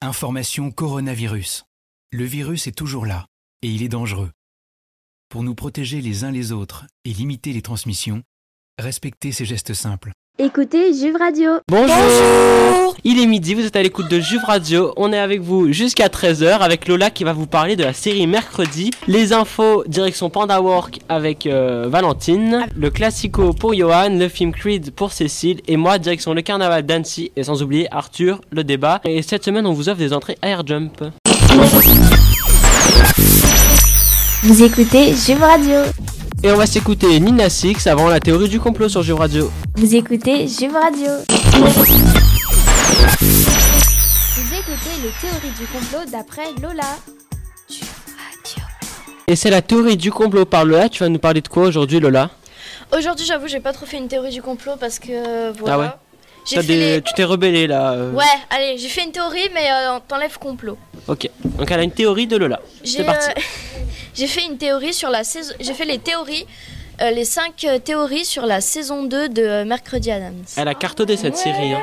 Information coronavirus. Le virus est toujours là, et il est dangereux. Pour nous protéger les uns les autres et limiter les transmissions, respectez ces gestes simples. Écoutez Juve Radio. Bonjour. Il est midi, vous êtes à l'écoute de Juve Radio. On est avec vous jusqu'à 13h avec Lola qui va vous parler de la série mercredi. Les infos, direction Panda Work avec euh, Valentine. Ah. Le Classico pour Johan, le film Creed pour Cécile. Et moi, direction le Carnaval d'Annecy. Et sans oublier Arthur, le débat. Et cette semaine, on vous offre des entrées Air Jump. Vous écoutez Juve Radio. Et on va s'écouter Nina Six avant la théorie du complot sur Juve Radio. Vous écoutez Juve Radio. Vous écoutez les théories du complot d'après Lola. Et c'est la théorie du complot par Lola. Tu vas nous parler de quoi aujourd'hui, Lola Aujourd'hui, j'avoue, j'ai pas trop fait une théorie du complot parce que euh, voilà. Ah ouais J'ai T'as fait des- Tu t'es rebellé là. euh. les- Ouais, allez, j'ai fait une théorie, mais euh, t'enlèves complot. Ok, donc elle a une théorie de Lola. J'ai parti. euh, j'ai fait une théorie sur la saison. J'ai fait les théories, euh, les 5 théories sur la saison 2 de euh, Mercredi Adams. Elle a cartonné cette série. hein.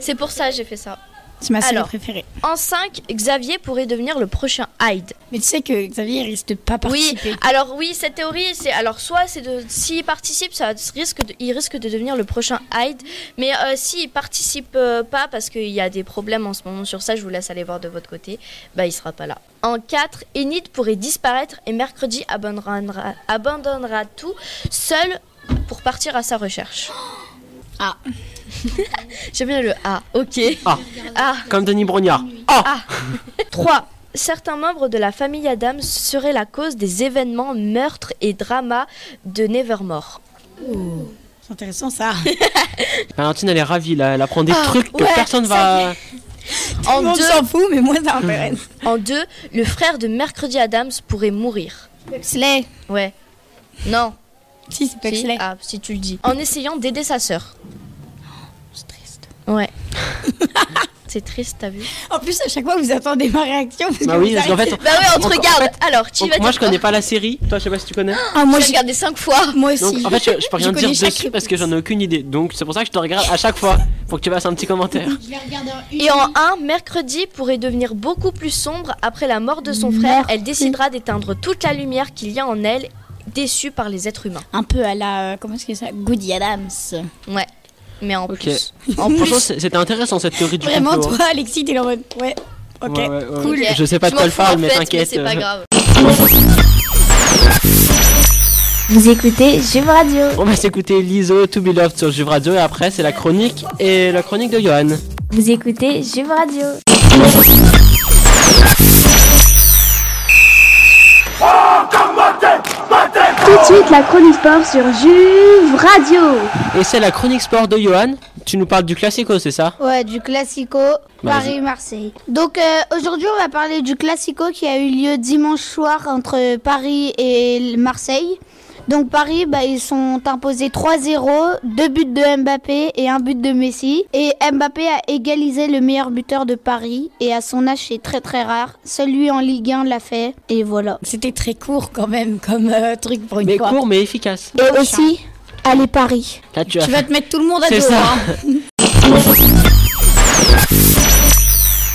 C'est pour ça que j'ai fait ça. C'est ma série Alors. préférée. En 5, Xavier pourrait devenir le prochain Hyde. Mais tu sais que Xavier risque de pas Oui, participer. alors oui, cette théorie, c'est alors soit c'est de s'il participe, ça risque de- il risque de devenir le prochain Hyde, mais euh, s'il participe euh, pas parce qu'il y a des problèmes en ce moment sur ça, je vous laisse aller voir de votre côté, bah il sera pas là. En 4, Enid pourrait disparaître et mercredi abandonnera, abandonnera tout seul pour partir à sa recherche. Ah. J'aime bien le A. OK. Ah. Ah. Comme Denis Brognard. Oh, 3. Certains membres de la famille Adams seraient la cause des événements, meurtres et dramas de Nevermore. C'est intéressant ça. Valentine, elle est ravie là. Elle apprend des trucs que Ah, ouais, personne va. Tout le En monde deux, s'en fout, mais moi ça m'intéresse. en deux, le frère de Mercredi Adams pourrait mourir. Slay. Ouais. Non. Si, c'est pas Si. Slay. Ah, si tu le dis. En essayant d'aider sa sœur. Oh, C'est triste. Ouais. C'est triste, t'as vu En plus, à chaque fois, vous attendez ma réaction. Parce Bah que oui, vous parce qu'en fait. Bah ouais, on te Donc, en regarde. Alors, tu donc, vas moi dire je connais pas la série. Toi, je sais pas si tu connais. arrêtez. Ah, moi, Moi, j'ai je... regardé 5 fois. moi Donc aussi. en fait, je, je peux Je rien dire connais chaque dessus parce que j'en ai aucune idée. Donc c'est pour ça que je te regarde à chaque fois. Faut que tu fasses un petit commentaire. Et en un, Mercredi pourrait devenir beaucoup plus sombre après la mort de son frère. Elle décidera d'éteindre toute la lumière qu'il y a en elle, déçue par les êtres humains. Un peu à la. euh, comment est-ce que ça Goody Adams. Ouais. Mais en Ok. plus. En Franchement, c'est- c'était intéressant cette théorie du Vraiment, complot, hein. toi, Alexis, t'es là en mode. Ouais. Ok. Ouais, ouais, ouais. Cool. Je sais pas de m'en quoi elle fous, parle, en mais fait, t'inquiète. C'est euh, pas grave. Vous écoutez Juve Radio. On va s'écouter l'ISO To Be Loved sur Juve Radio et après c'est la chronique et la chronique de Johan. Vous écoutez Juve Radio. Tout de suite la chronique sport sur Juve Radio. Et c'est la chronique sport de Johan. Tu nous parles du classico, c'est ça Ouais, du Classico Vas-y. Paris-Marseille. Donc euh, aujourd'hui, on va parler du Classico qui a eu lieu dimanche soir entre Paris et l- Marseille. Donc Paris, bah, ils sont imposés 3-0, deux buts de Mbappé et un but de Messi. Et Mbappé a égalisé le meilleur buteur de Paris et à son âge, c'est très très rare. Celui en Ligue 1 l'a fait et voilà. C'était très court quand même comme euh, truc pour une Mais fois. court mais efficace. Et aussi, allez Paris. Là tu as Tu vas te mettre tout le monde à C'est dos. ça. hein.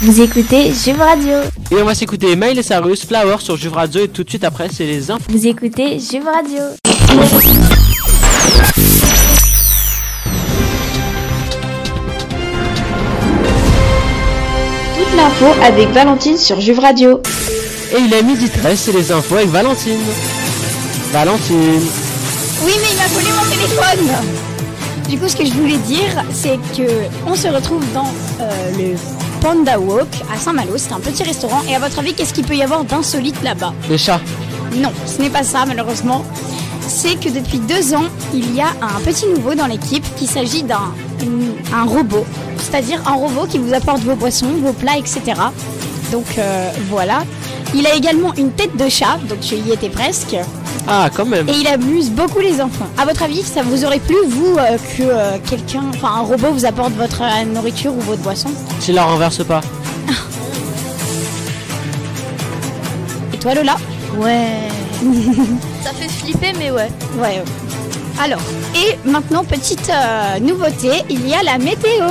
Vous écoutez Juve Radio. Et on va s'écouter Mail et Sarus, Flower sur Juve Radio et tout de suite après c'est les infos. Vous écoutez Juve Radio. Toute l'info avec Valentine sur Juve Radio. Et il est midi 13, c'est les infos avec Valentine. Valentine. Oui, mais il m'a volé mon téléphone. Du coup, ce que je voulais dire, c'est que on se retrouve dans euh, le Panda Walk à Saint-Malo. C'est un petit restaurant. Et à votre avis, qu'est-ce qu'il peut y avoir d'insolite là-bas Les chats. Non, ce n'est pas ça, malheureusement. C'est que depuis deux ans, il y a un petit nouveau dans l'équipe qui s'agit d'un une- un robot. C'est-à-dire un robot qui vous apporte vos boissons, vos plats, etc. Donc euh, voilà. Il a également une tête de chat, donc je y étais presque. Ah quand même. Et il amuse beaucoup les enfants. À votre avis, ça vous aurait plu, vous, euh, que euh, quelqu'un, enfin un robot vous apporte votre euh, nourriture ou votre boisson Tu la renverse pas. Et toi, Lola Ça fait flipper, mais ouais. Ouais. euh. Alors, et maintenant, petite euh, nouveauté, il y a la météo.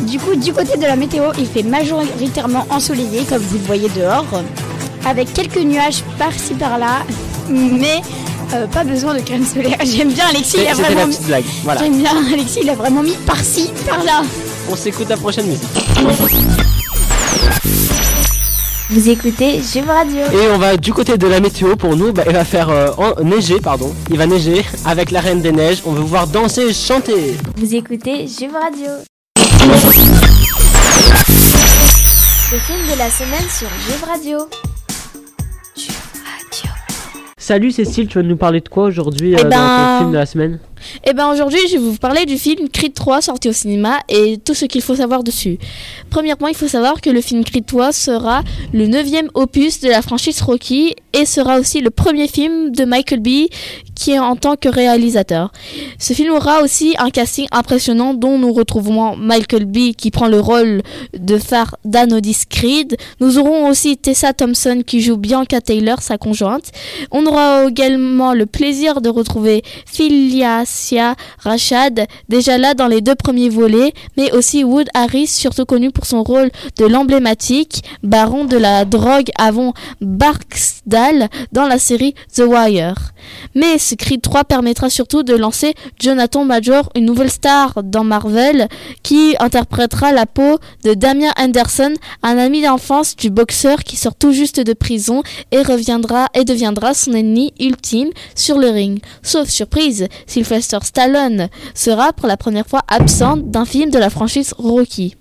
Du coup, du côté de la météo, il fait majoritairement ensoleillé, comme vous le voyez dehors, avec quelques nuages par-ci par-là, mais euh, pas besoin de crème solaire. J'aime bien Alexis, il C'était a la vraiment mis... petite blague. Voilà. J'aime bien Alexis, il a vraiment mis par-ci, par-là. On s'écoute la prochaine musique. Vous écoutez Juve Radio. Et on va du côté de la météo pour nous, bah, il va faire euh, en- neiger, pardon. Il va neiger avec la reine des neiges. On veut vous voir danser et chanter. Vous écoutez Juve Radio. Le film de la semaine sur Juve Radio. Salut Cécile, tu vas nous parler de quoi aujourd'hui Eh euh, dans ben- ton film de la semaine Et ben aujourd'hui, je vais vous parler du film Creed 3 sorti au cinéma et tout ce qu'il faut savoir dessus. Premièrement, il faut savoir que le film Creed 3 sera le neuvième opus de la franchise Rocky et sera aussi le premier film de Michael Bay qui est en tant que réalisateur. Ce film aura aussi un casting impressionnant dont nous retrouvons Michael Bay qui prend le rôle de phare d'Anodis Creed. Nous aurons aussi Tessa Thompson qui joue Bianca Taylor, sa conjointe. On aura également le plaisir de retrouver Filiasia Rachad, déjà là dans les deux premiers volets, mais aussi Wood Harris, surtout connu pour son rôle de l'emblématique baron de la drogue avant Barksdale dans la série The Wire. Mais ce Creed 3 permettra surtout de lancer Jonathan Major, une nouvelle star dans Marvel, qui interprétera la peau de Damien Anderson, un ami d'enfance du boxeur qui sort tout juste de prison et reviendra et deviendra son ennemi ultime sur le ring. Sauf surprise, Sylvester Stallone sera pour la première fois absente d'un film de la franchise Rocky.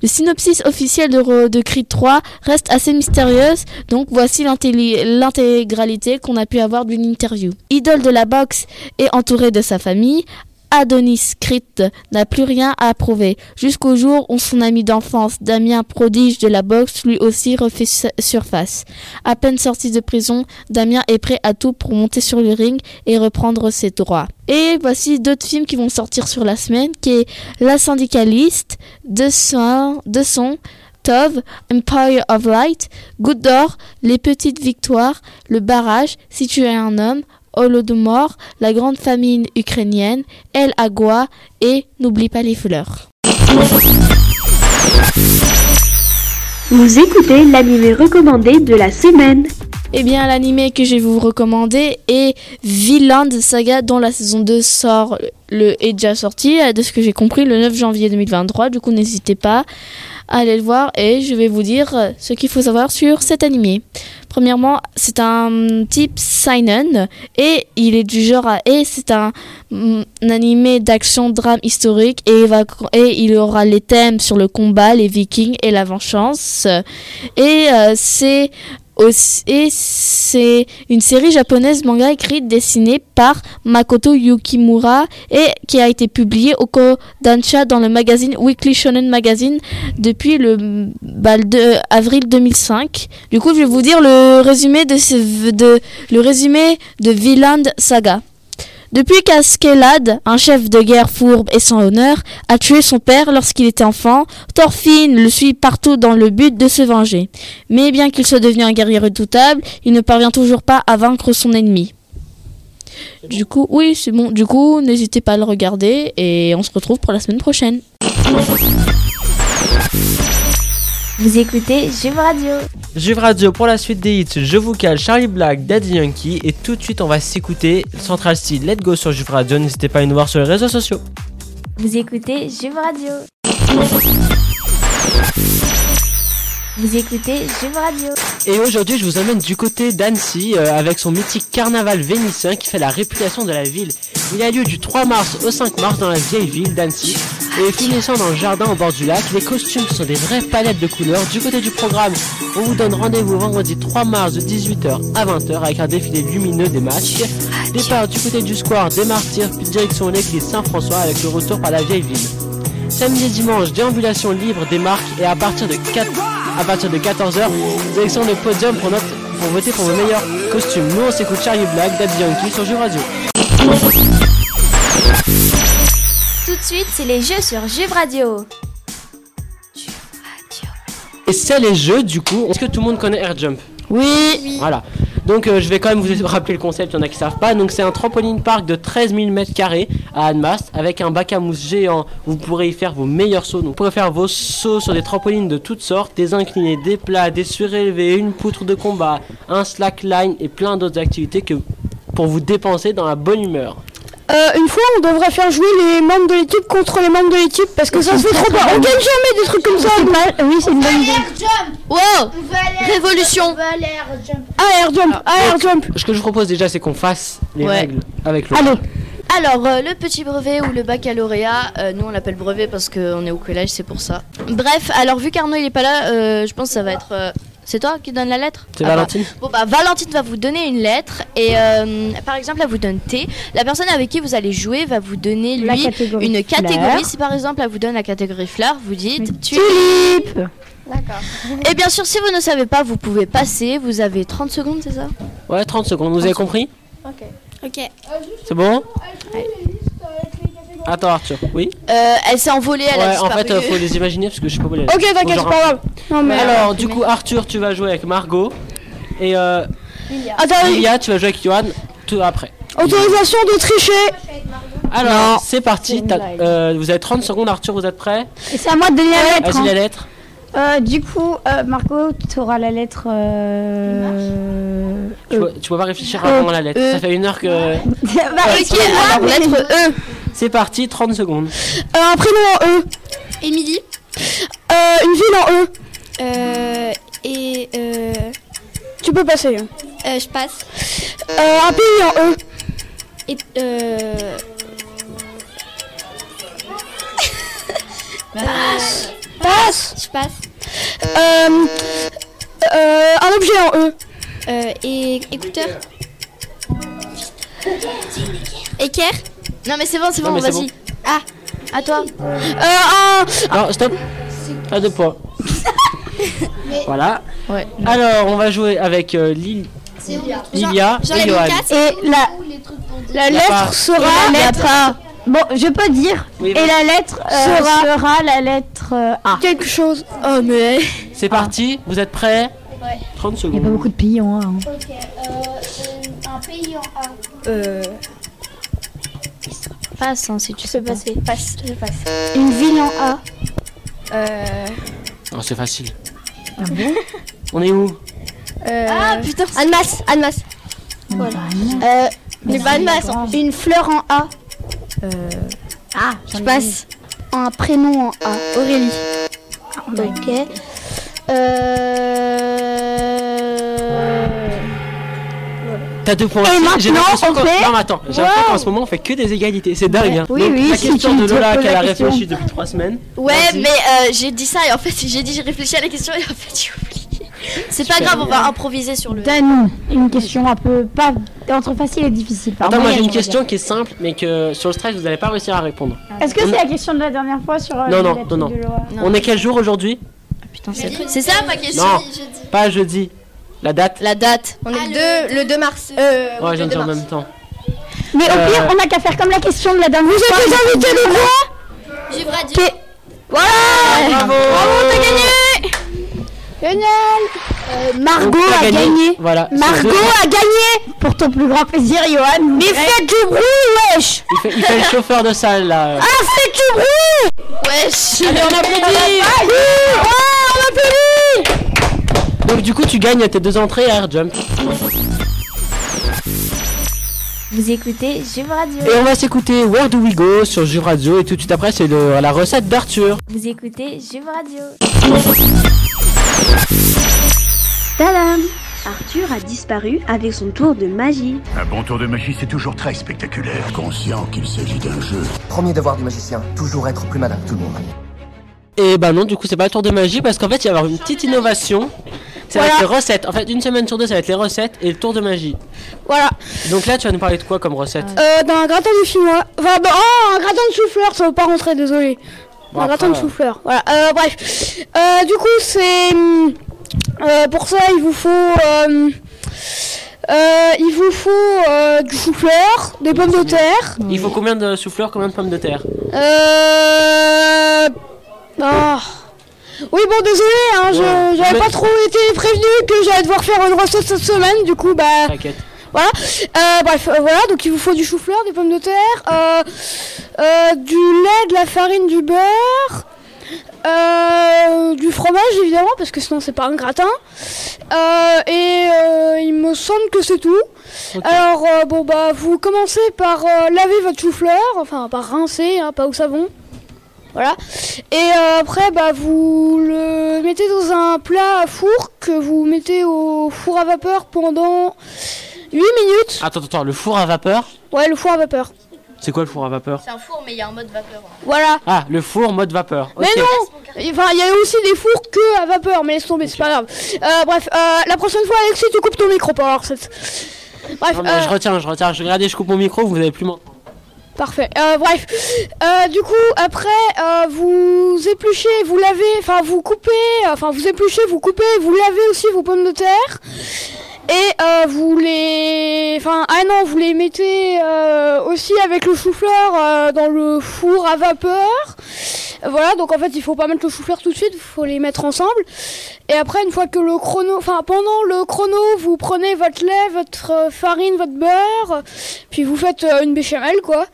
Le synopsis officiel de, Ro- de Creed 3 reste assez mystérieux, donc voici l'intelli- l'intégralité qu'on a pu avoir d'une interview. Idole de la boxe et entouré de sa famille, Adonis Creed n'a plus rien à prouver, jusqu'au jour où son ami d'enfance, Damien, prodige de la boxe, lui aussi refait su- surface. À peine sorti de prison, Damien est prêt à tout pour monter sur le ring et reprendre ses droits. Et voici d'autres films qui vont sortir sur la semaine, qui est La syndicaliste, De son, De son Tove, Empire of Light, Goutte d'or, Les petites victoires, Le barrage, Si tu es un homme, Holodomor, La grande famine ukrainienne, El Agua et N'oublie pas les fleurs. Vous écoutez l'animé recommandé de la semaine. Eh bien, l'animé que je vais vous recommander est Vinland Saga, dont la saison 2 sort le, est déjà sortie, euh, de ce que j'ai compris, le 9 janvier 2023. Du coup, n'hésitez pas à aller le voir et je vais vous dire euh, ce qu'il faut savoir sur cet animé. Premièrement, c'est un type seinen et il est du genre à et c'est un, mm, un animé d'action drame historique et il, va, et il aura les thèmes sur le combat, les vikings et la vengeance. Et euh, c'est aussi- et c'est une série japonaise manga écrite dessinée par Makoto Yukimura et qui a été publiée au Kodansha dans le magazine Weekly Shonen Magazine depuis le bah, le 2 avril 2005. Du coup, je vais vous dire le résumé de, ce- de- le résumé de Vinland Saga. Depuis qu'Askelad, un chef de guerre fourbe et sans honneur, a tué son père lorsqu'il était enfant, Thorfinn le suit partout dans le but de se venger mais bien qu'il soit devenu un guerrier redoutable, il ne parvient toujours pas à vaincre son ennemi. Du coup, oui, c'est bon. Du coup, n'hésitez pas à le regarder et on se retrouve pour la semaine prochaine. Vous écoutez Juve Radio. Juve Radio pour la suite des hits, je vous cale Charlie Black, Daddy Yankee et tout de suite on va s'écouter Central City Let's Go sur Juve Radio, n'hésitez pas à nous voir sur les réseaux sociaux. Vous écoutez Juve Radio. Vous écoutez Juve Radio. Et aujourd'hui je vous emmène du côté d'Annecy euh, avec son mythique carnaval vénitien qui fait la réputation de la ville. Il a lieu du 3 mars au 5 mars dans la vieille ville d'Annecy et finissant dans le jardin au bord du lac, les costumes sont des vraies palettes de couleurs. Du côté du programme, on vous donne rendez-vous vendredi 3 mars de 18h à 20h avec un défilé lumineux des matchs. Départ du côté du square des Martyrs, puis direction l'église Saint-François avec le retour par la vieille ville. Samedi et dimanche, déambulation libre des marques et à partir de 4 à partir de 14h, direction le podium pour, notre, pour voter pour vos meilleurs costumes. Nous on s'écoute Charlie Black, Daddy Yankee sur Jeux Radio. Tout de suite, c'est les jeux sur Juve Radio. Et c'est les jeux du coup. Est-ce que tout le monde connaît Air Jump Oui. Voilà. Donc euh, je vais quand même vous rappeler le concept, il y en a qui savent pas. Donc c'est un trampoline park de 13 000 mètres carrés à Annemasse avec un bac à mousse géant. Vous pourrez y faire vos meilleurs sauts. Donc vous pourrez faire vos sauts sur des trampolines de toutes sortes, des inclinés, des plats, des surélevés, une poutre de combat, un slackline et plein d'autres activités que pour vous dépenser dans la bonne humeur. Euh, une fois, on devrait faire jouer les membres de l'équipe contre les membres de l'équipe parce que ça se fait trop pas. On gagne jamais des trucs comme ça. Oui, c'est une bonne idée. Wow On veut aller à- Révolution. On veut aller à Air Jump. Air jump, air donc- jump. Ce que je vous propose déjà c'est qu'on fasse les Ouais. règles avec l'eau. Allez, Alors, euh, le petit brevet ou le baccalauréat, euh, nous on l'appelle brevet parce qu'on est au collège, c'est pour ça. Bref, alors vu qu'Arnaud il est pas là, euh, je pense que ça va être. euh, c'est toi qui donne la lettre C'est Ah bah. Valentine Bon bah Valentine va vous donner une lettre et euh, par exemple elle vous donne T. La personne avec qui vous allez jouer va vous donner lui catégorie. une catégorie. fleurs. Si par exemple elle vous donne la catégorie fleur, vous dites tu. Tulipe. D'accord. Et bien sûr si vous ne savez pas, vous pouvez passer. Vous avez 30 secondes, c'est ça Ouais, 30 secondes, vous avez compris Ok. C'est bon Attends Arthur, oui Euh, Elle s'est envolée, elle a Ouais, en disparu. fait euh, faut les imaginer parce que je sais pas où les- Ok, t'inquiète, c'est Genre- pas grave. Non euh, mais Alors du coup Arthur tu vas jouer avec Margot et euh, attends, Lilia tu vas jouer avec Johan tout après. autorisation de tricher. Alors c'est parti, t'as- euh, vous avez 30 secondes Arthur, vous êtes prêts Et c'est à moi de donner la lettre. Vas-y la lettre. hein. Euh, du coup, euh, Marco, tu auras la lettre. euh, Tu, peux, tu peux pas réfléchir avant la lettre, ça fait une heure que... Euh, bah, Euh. Ok, alors lettre E. C'est parti, 30 secondes. Euh, un prénom en E. Émilie. Euh, une ville en E. Euh, et euh, Tu peux passer. euh, je passe. Euh, un pays en E. Et euh, Passe. je passe. Euh, euh, un objet en E. Euh, et écouteur. Équerre. Non mais c'est bon, c'est Non, bon, mais c'est vas-y. bon. Ah, à toi. Euh, un, Non, stop. Pas de points. Voilà. Ouais. Alors, on va jouer avec euh, Lil- Lilia et Johan. et la, la La part. lettre sera. la lettre. Bon, je peux dire. Oui, Et vas-y. la lettre euh, Sera. sera. la lettre euh, A. Quelque chose. Oh mais. C'est parti, vous êtes prêts Ouais. 30 secondes. de pays en A. hein. Ok. un pays en A. Passe hein, si tu sais passer. Passe. Je passe. Une ville en A. Euh, Non, Oh, c'est facile. Ah On est où ah putain. Annemasse. Annemasse. Voilà. Euh, mais pas Annemasse. Une fleur en A. Ah, je passe. Un prénom en A. Aurélie. Ah, Ok. Euh... T'as deux points. Et J'ai maintenant, l'impression on qu'en- fait- Non, mais attends, j'ai l'impression qu'en ce moment, on fait que des égalités. C'est dingue. Hein. Oui, Donc, oui, la si question tu de te Lola poses qu'elle la a question. réfléchi depuis 3 semaines. Ouais, Vas-y. mais euh, j'ai dit ça et en fait j'ai dit j'ai réfléchi à la question et en fait j'ai oublié. C'est pas grave, on va improviser sur le. Donne une question un peu pas entre facile et difficile. Enfin, Attends, moi j'ai moyenne, une on va question qui est simple, mais que sur le stress, vous n'allez pas réussir à répondre. dire. Est-ce que c'est la question de la dernière fois sur euh, Non, la non, non, lettre non. de Laura On est quel jour aujourd'hui Putain, c'est c'est ça ma question. Non, pas jeudi. La date La date. On est le 2, le 2 mars. Euh, Ouais, je viens de le 2 dire en mars. même temps. Mais au Euh, pire, on n'a qu'à faire comme la question de la dernière fois. Vous avez invité le Vive Radio. Bravo Euh, Margot T'as a gagné. gagné. Voilà. Margot a gagné Pour ton plus grand plaisir, Johan. Mais faites du bruit, wesh Il fait, il fait le chauffeur de salle là. Ah, faites du bruit Wesh. Allez, on applaudit Ah. Donc du coup, tu gagnes tes deux entrées Air Jump. Vous écoutez Juve Radio. Et on va s'écouter Where Do We Go sur Juve Radio et tout de suite après, c'est le- la recette d'Arthur. Vous écoutez Juve Radio. Tadam Arthur a disparu avec son tour de magie. Un bon tour de magie, c'est toujours très spectaculaire. Conscient qu'il s'agit d'un jeu. Premier devoir du magicien, toujours être plus malin que tout le monde. Et bah non, du coup, c'est pas le tour de magie parce qu'en fait, il va y avoir une petite innovation. Ça va être les recettes. En fait, une semaine sur deux, ça va être les recettes et le tour de magie. Voilà. Donc là, tu vas nous parler de quoi comme recette Euh, d'un gratin de chinois. Enfin, bah, oh, un gratin de chou-fleur, ça veut pas rentrer, désolé. Bon, un après, gratin de euh, chou-fleur, voilà. Euh, bref. Euh, du coup, c'est. hum, euh, pour ça, il vous faut. euh, euh, il vous faut euh, du chou-fleur, des pommes de terre. euh, Il faut combien de souffleurs, combien de pommes de terre Euh. ah, Euh, oh. Oui, bon, désolé, hein, je- Ouais. j'avais Mais- pas trop été prévenu que j'allais devoir faire une recette cette semaine, du coup, bah. T'inquiète. Voilà, Euh, bref, euh, voilà, donc il vous faut du chou-fleur, des pommes de terre, euh, euh, du lait, de la farine, du beurre, euh, du fromage évidemment, parce que sinon c'est pas un gratin, Euh, et euh, il me semble que c'est tout. Alors, euh, bon, bah, vous commencez par euh, laver votre chou-fleur, enfin, par rincer, hein, pas au savon. Voilà. Et euh, après, bah, vous le mettez dans un plat à four que vous mettez au four à vapeur pendant 8 minutes. Attends, attends, le four à vapeur Ouais, le four à vapeur. C'est quoi le four à vapeur C'est un four, mais il y a un mode vapeur. hein. Voilà. Ah, le four mode vapeur. Mais Ok. non Enfin, il y a aussi des fours que à vapeur, mais laisse tomber, c'est pas grave. Euh, bref, euh, la prochaine fois, Alexis, tu coupes ton micro pour la recette. Bref, Non, mais euh, Je retiens, je retiens. Je regardais, je coupe mon micro, vous n'avez plus mon. Parfait. Euh, bref, Euh, du coup, après, euh, vous épluchez, vous lavez, enfin, vous coupez, euh, enfin, vous épluchez, vous coupez, vous lavez aussi vos pommes de terre. Et euh, vous les, enfin, ah non, vous les mettez euh, aussi avec le chou-fleur euh, dans le four à vapeur. Euh, Voilà, donc en fait, il faut pas mettre le chou-fleur tout de suite, il faut les mettre ensemble. Et après, une fois que le chrono, enfin, pendant le chrono, vous prenez votre lait, votre euh, farine, votre beurre, puis vous faites euh, une béchamel, quoi.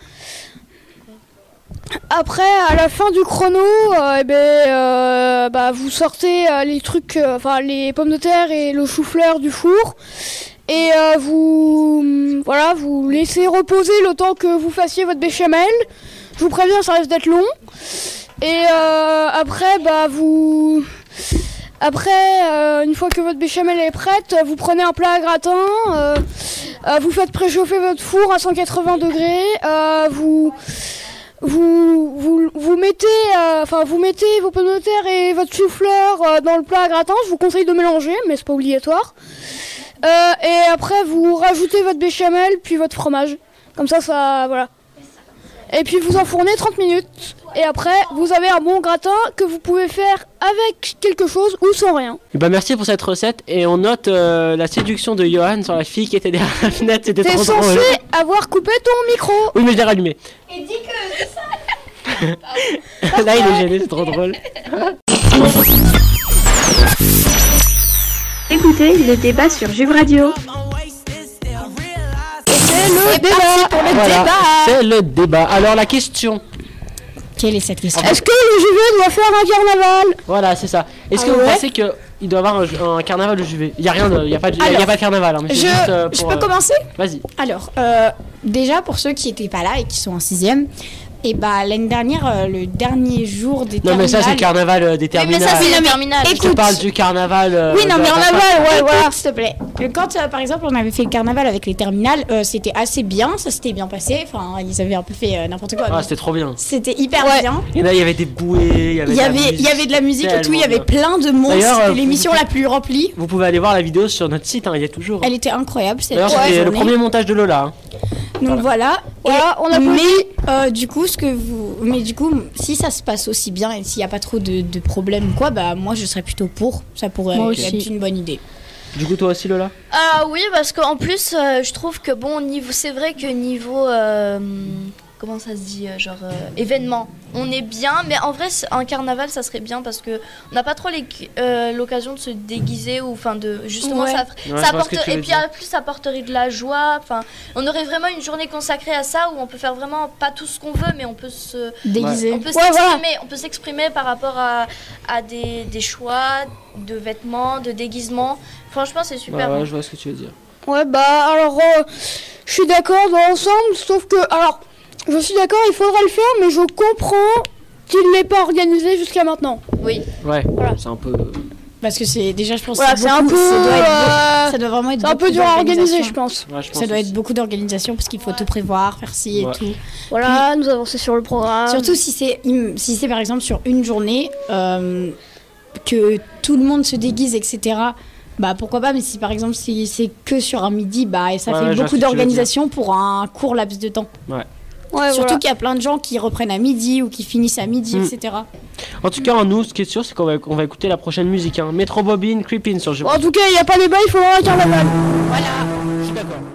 Après, à la fin du chrono, euh, eh ben, euh, bah, vous sortez euh, les trucs, euh, enfin les pommes de terre et le chou-fleur du four, et euh, vous, hum, voilà, vous laissez reposer le temps que vous fassiez votre béchamel. Je vous préviens, ça risque d'être long. Et euh, après, bah, vous, après, euh, une fois que votre béchamel est prête, vous prenez un plat à gratin, euh, euh, vous faites préchauffer votre four à 180 degrés, euh, vous, vous, vous, vous mettez, euh, enfin, vous mettez vos pommes de terre et votre chou-fleur euh, dans le plat à gratin. Je vous conseille de mélanger, mais c'est pas obligatoire. Euh, et après, vous rajoutez votre béchamel puis votre fromage. Comme ça, ça, voilà. Et puis vous enfournez 30 minutes. Et après, vous avez un bon gratin que vous pouvez faire avec quelque chose ou sans rien. Eh ben, merci pour cette recette et on note euh, la séduction de Johan sur la fille qui était derrière la fenêtre. C'était T'es trop censé drôle. avoir coupé ton micro. Oui, mais je l'ai rallumé. Et dis que ça. Là, il est gêné, c'est trop drôle. Écoutez le débat sur Juve Radio. le débat. pour le Voilà, débat. c'est le débat. Alors, la question. Quelle est cette question Est-ce que le JV doit faire un carnaval Voilà, c'est ça. Est-ce que Ah vous ouais pensez que il doit y avoir un, ju- un carnaval au JV Il y a rien, de- il y a pas de, il y a- il y a Alors, pas de carnaval. hein, mais c'est je- juste, euh, je pour, peux euh, commencer Vas-y. Alors, euh, déjà pour ceux qui n'étaient pas là et qui sont en sixième, et bah l'année dernière, euh, le dernier jour des Non, mais ça, c'est le terminales- carnaval euh, des Eh terminales. terminal. Je te Écoute, parle du carnaval. euh, oui, non, de mais la en fac. aval, ouais, voilà, s'il te plaît. Le- Quand, euh, par exemple, on avait fait le carnaval avec les terminales, euh, c'était assez bien, ça s'était bien passé. Enfin, ils avaient un peu fait euh, n'importe quoi. Ah, mais c'était trop bien. C'était hyper bien. Et là, il y avait des bouées. Il y avait, il y avait de la musique et tout, il y avait plein de monde. D'ailleurs, euh, C'était l'émission la plus remplie. Vous pouvez aller voir la vidéo sur notre site, hein, il y a toujours. Elle était incroyable. cette D'ailleurs, c'était journée. le premier montage de Lola. hein. Donc voilà. Ah, Voilà, Et- on applaudit. Mais euh, du coup, ce que vous, mais du coup, si ça se passe aussi bien et s'il n'y a pas trop de, de problèmes ou quoi, bah moi je serais plutôt pour. Ça pourrait Moi être aussi. une bonne idée. Du coup, toi aussi, Lola Ah oui, parce qu'en plus, euh, je trouve que bon, niveau, c'est vrai que niveau. euh, comment ça se dit euh, Genre euh, événement. On est bien, mais en vrai, c'est- un carnaval, ça serait bien parce que on n'a pas trop les- euh, l'occasion de se déguiser ou enfin de. Justement, Ouais. ça, Ouais, ça je vois ce que apporte- tu veux Et puis dire. en plus, ça apporterait de la joie. Enfin, on aurait vraiment une journée consacrée à ça où on peut faire vraiment pas tout ce qu'on veut, mais on peut se. Déguiser. On peut Ouais, s'exprimer. voilà. On peut s'exprimer par rapport à, à des, des choix de vêtements, de déguisements. Franchement, c'est super. Bah Ouais, ouais, je vois ce que tu veux dire. Ouais, bah alors, euh, je suis d'accord dans l'ensemble, sauf que, alors, je suis d'accord, il faudrait le faire, mais je comprends qu'il n'est pas organisé jusqu'à maintenant. Oui. Ouais, c'est un peu. Parce que c'est déjà, je pense, Voilà, c'est un beaucoup- peu, ça doit, être euh, beaucoup- ça doit vraiment être c'est un peu beaucoup dur à organiser, d'organisation. je pense. Ouais, je pense ça doit aussi. être beaucoup d'organisation parce qu'il faut tout prévoir, faire ci Ouais. et tout. Voilà, nous avancer sur le programme. Surtout si c'est im- si c'est par exemple sur une journée euh, que tout le monde se déguise, etc. Bah pourquoi pas, mais si par exemple si c'est que sur un midi, bah et ça Ouais, ouais, fait je vois ce beaucoup que tu veux d'organisation pour un court laps de temps. Ouais. Ah, Surtout qu'il y a plein de gens qui reprennent à midi ou qui finissent à midi, Mm. etc. En tout cas, nous, ce qui est sûr, c'est qu'on va, on va écouter la prochaine musique. Oh. Hein. Metro Bobine, Creepin sur Jeux. En tout cas, il n'y a pas débat, il faudra un carnaval. Voilà. Je suis d'accord.